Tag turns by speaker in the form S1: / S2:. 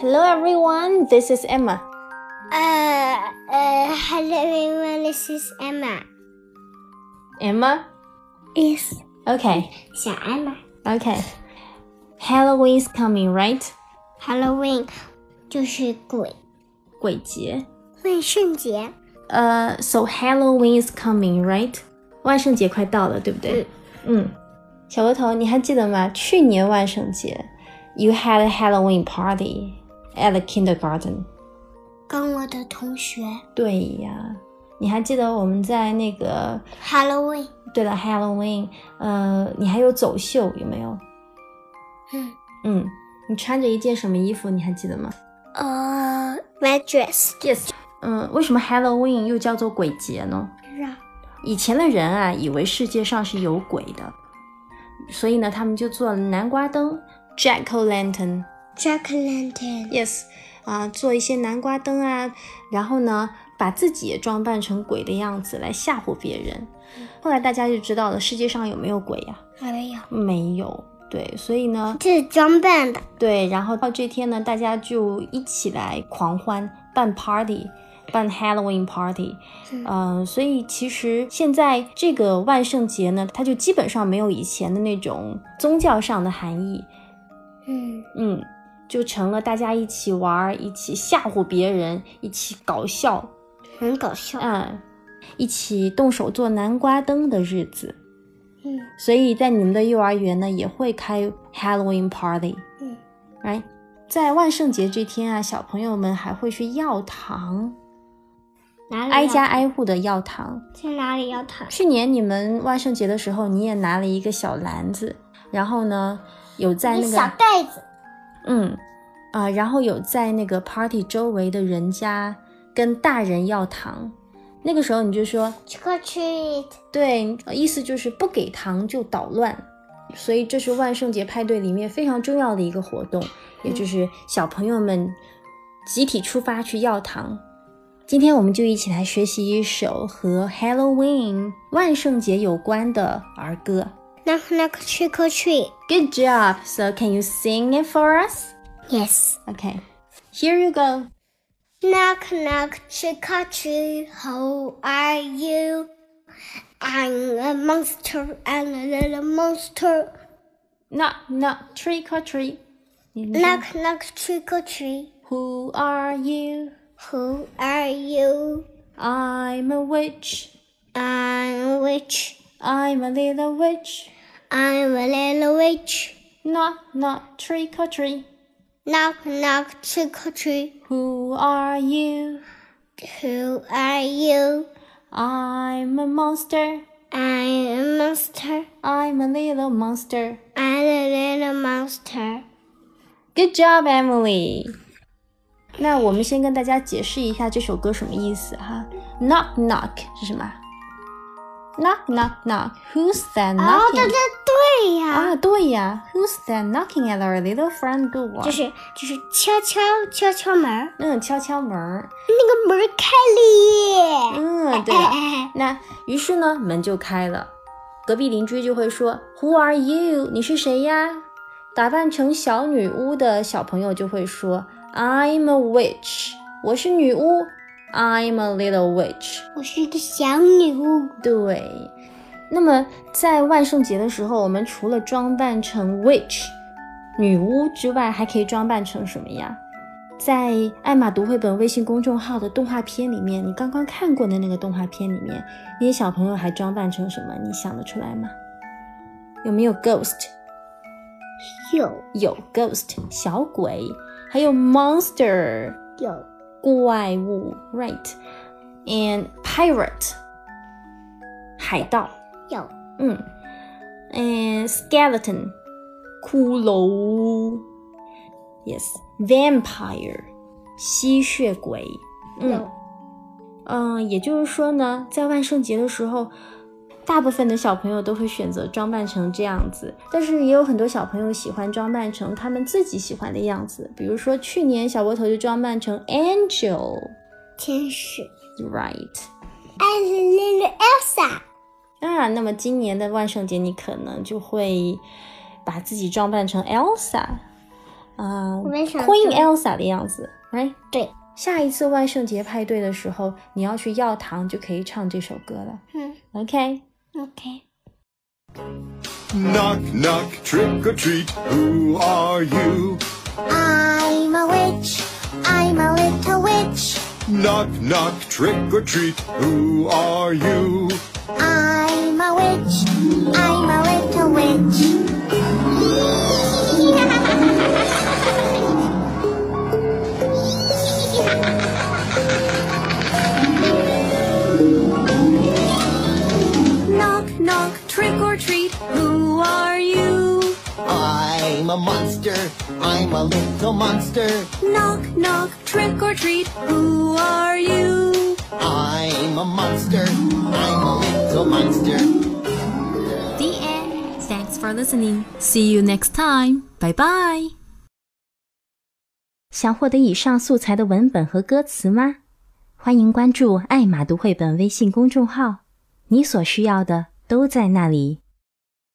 S1: Hello everyone, this is Emma.
S2: Uh, uh, hello everyone, this is Emma.
S1: Emma?
S2: Yes.
S1: Okay,
S2: 小 Emma.
S1: okay. Halloween's coming, right?
S2: Halloween 就是鬼
S1: 鬼节。
S2: 万圣节。
S1: 呃、s o Halloween is coming, right? 万圣节快到了，对不对？嗯。小额头，你还记得吗？去年万圣节，You had a Halloween party at the kindergarten.
S2: 跟我的同学
S1: 对呀，你还记得我们在那个
S2: Halloween，
S1: 对了 Halloween，呃，你还有走秀有没有？
S2: 嗯，
S1: 嗯，你穿着一件什么衣服？你还记得吗
S2: 呃，red dress，
S1: ？Yes。嗯，为什么 Halloween 又叫做鬼节呢？以前的人啊，以为世界上是有鬼的，所以呢，他们就做了南瓜灯 （Jack o' Lantern）。
S2: jack o' lantern，
S1: Yes，啊、做一些南瓜灯啊，然后呢，把自己也装扮成鬼的样子来吓唬别人。后来大家就知道了，世界上有没有鬼呀、
S2: 没有，
S1: 没有。对，所以呢，
S2: 这是装扮的。
S1: 对，然后到这天呢，大家就一起来狂欢，办 party，办 Halloween party。
S2: 嗯
S1: 嗯、所以其实现在这个万圣节呢，它就基本上没有以前的那种宗教上的含义，
S2: 嗯，
S1: 嗯，就成了大家一起玩儿，一起吓唬别人，一起搞笑，
S2: 很搞笑。
S1: 嗯，一起动手做南瓜灯的日子。
S2: 嗯
S1: 所以在你们的幼儿园呢，也会开 Halloween party。
S2: 嗯，
S1: right？在万圣节这天啊，小朋友们还会去药堂，
S2: 哪里要
S1: 挨家挨户的药堂。
S2: 在哪里要躺？
S1: 去年你们万圣节的时候，你也拿了一个小篮子，然后呢，有在那
S2: 一
S1: 个
S2: 小袋子。
S1: 嗯啊、然后有在那个 party 周围的人家跟大人要糖。那个时候你就说，
S2: trick or treat，
S1: 对，呃意思就是不给糖就捣乱。所以这是万圣节派对里面非常重要的一个活动，也就是小朋友们集体出发去要糖。今天我们就一起来学习一首和 Halloween 万圣节有关的儿歌。
S2: knock knock trick or treat。
S1: Good job! So can you sing it for us?
S2: Yes。
S1: Okay, here you go.
S2: Knock knock trick or treat. How are you? I'm a monster. I'm a little monster.
S1: No, no, trick or treat.
S2: Knock knock trick or treat.
S1: Who are you?
S2: Who are you?
S1: I'm a witch.
S2: I'm a witch.
S1: I'm a little witch.
S2: I'm a little witch.
S1: Knock, knock, trick or treat.
S2: Knock knock trick or treat.
S1: Who are you?
S2: Who are you?
S1: I'm a monster.
S2: I'm a monster.
S1: I'm a little monster.
S2: I'm a little monster.
S1: Good job, Emily. 那我们先跟大家解释一下这首歌什么意思哈。Knock knock 是什么？Knock knock knock. Who's that
S2: 哦，对
S1: knocking?
S2: 对对呀，
S1: 啊，对呀，Who's that knocking at our little front door？
S2: 就是就是敲敲敲敲门儿，
S1: 嗯，敲敲门儿。
S2: 那个门儿开了耶！
S1: 嗯， 对了，
S2: 哎，
S1: 那于是呢，门就开了。隔壁邻居就会说：“Who are you？你是谁呀？”打扮成小女巫的小朋友就会说：“I'm a witch，我是女巫。I'm a little witch。”
S2: 我是一个小女巫，
S1: 对。那么在万圣节的时候，我们除了装扮成 witch 女巫之外，还可以装扮成什么呀？在艾玛读绘本微信公众号的动画片里面，你刚刚看过的那个动画片里面，那些小朋友还装扮成什么？你想得出来吗？有没有 ghost？
S2: 有
S1: 有 ghost 小鬼，还有 monster
S2: 有
S1: 怪物，right？and pirate 海盗。
S2: 有
S1: 嗯，嗯，skeleton，骷髅，yes，vampire，吸血鬼，嗯
S2: 有，
S1: 嗯，也就是说呢，在万圣节的时候，大部分的小朋友都会选择装扮成这样子，但是也有很多小朋友喜欢装扮成他们自己喜欢的样子，比如说去年小窝头就装扮成 angel，right。
S2: 天使，I'm a Elsa。
S1: 啊，那么今年的万圣节你可能就会把自己装扮成 Elsa，啊、
S2: 我们想
S1: q u e e
S2: 做
S1: n Elsa 的样子，right？
S2: 对，
S1: 下一次万圣节派对的时候，你要去药堂就可以唱这首歌了
S2: 嗯
S1: ，OK？
S2: ，OK。
S3: Knock, knock, trick or treat, who are you?
S2: I'm a witch. I'm a little witch.
S3: Knock, knock, trick or treat, who are you?
S2: I'm a witch. I'm a little witch.
S4: Knock, knock, trick or treat, who are you?
S5: I'm a monster. I'm a little monster.
S4: Knock, knock, trick or treat, who are you?
S5: I'm a monster. I'm a little monster.
S4: The end. Thanks for listening. See you next time. Bye bye.
S1: 想获得以上素材的文本和歌词吗？欢迎关注“爱马读绘本”微信公众号，你所需要的都在那里。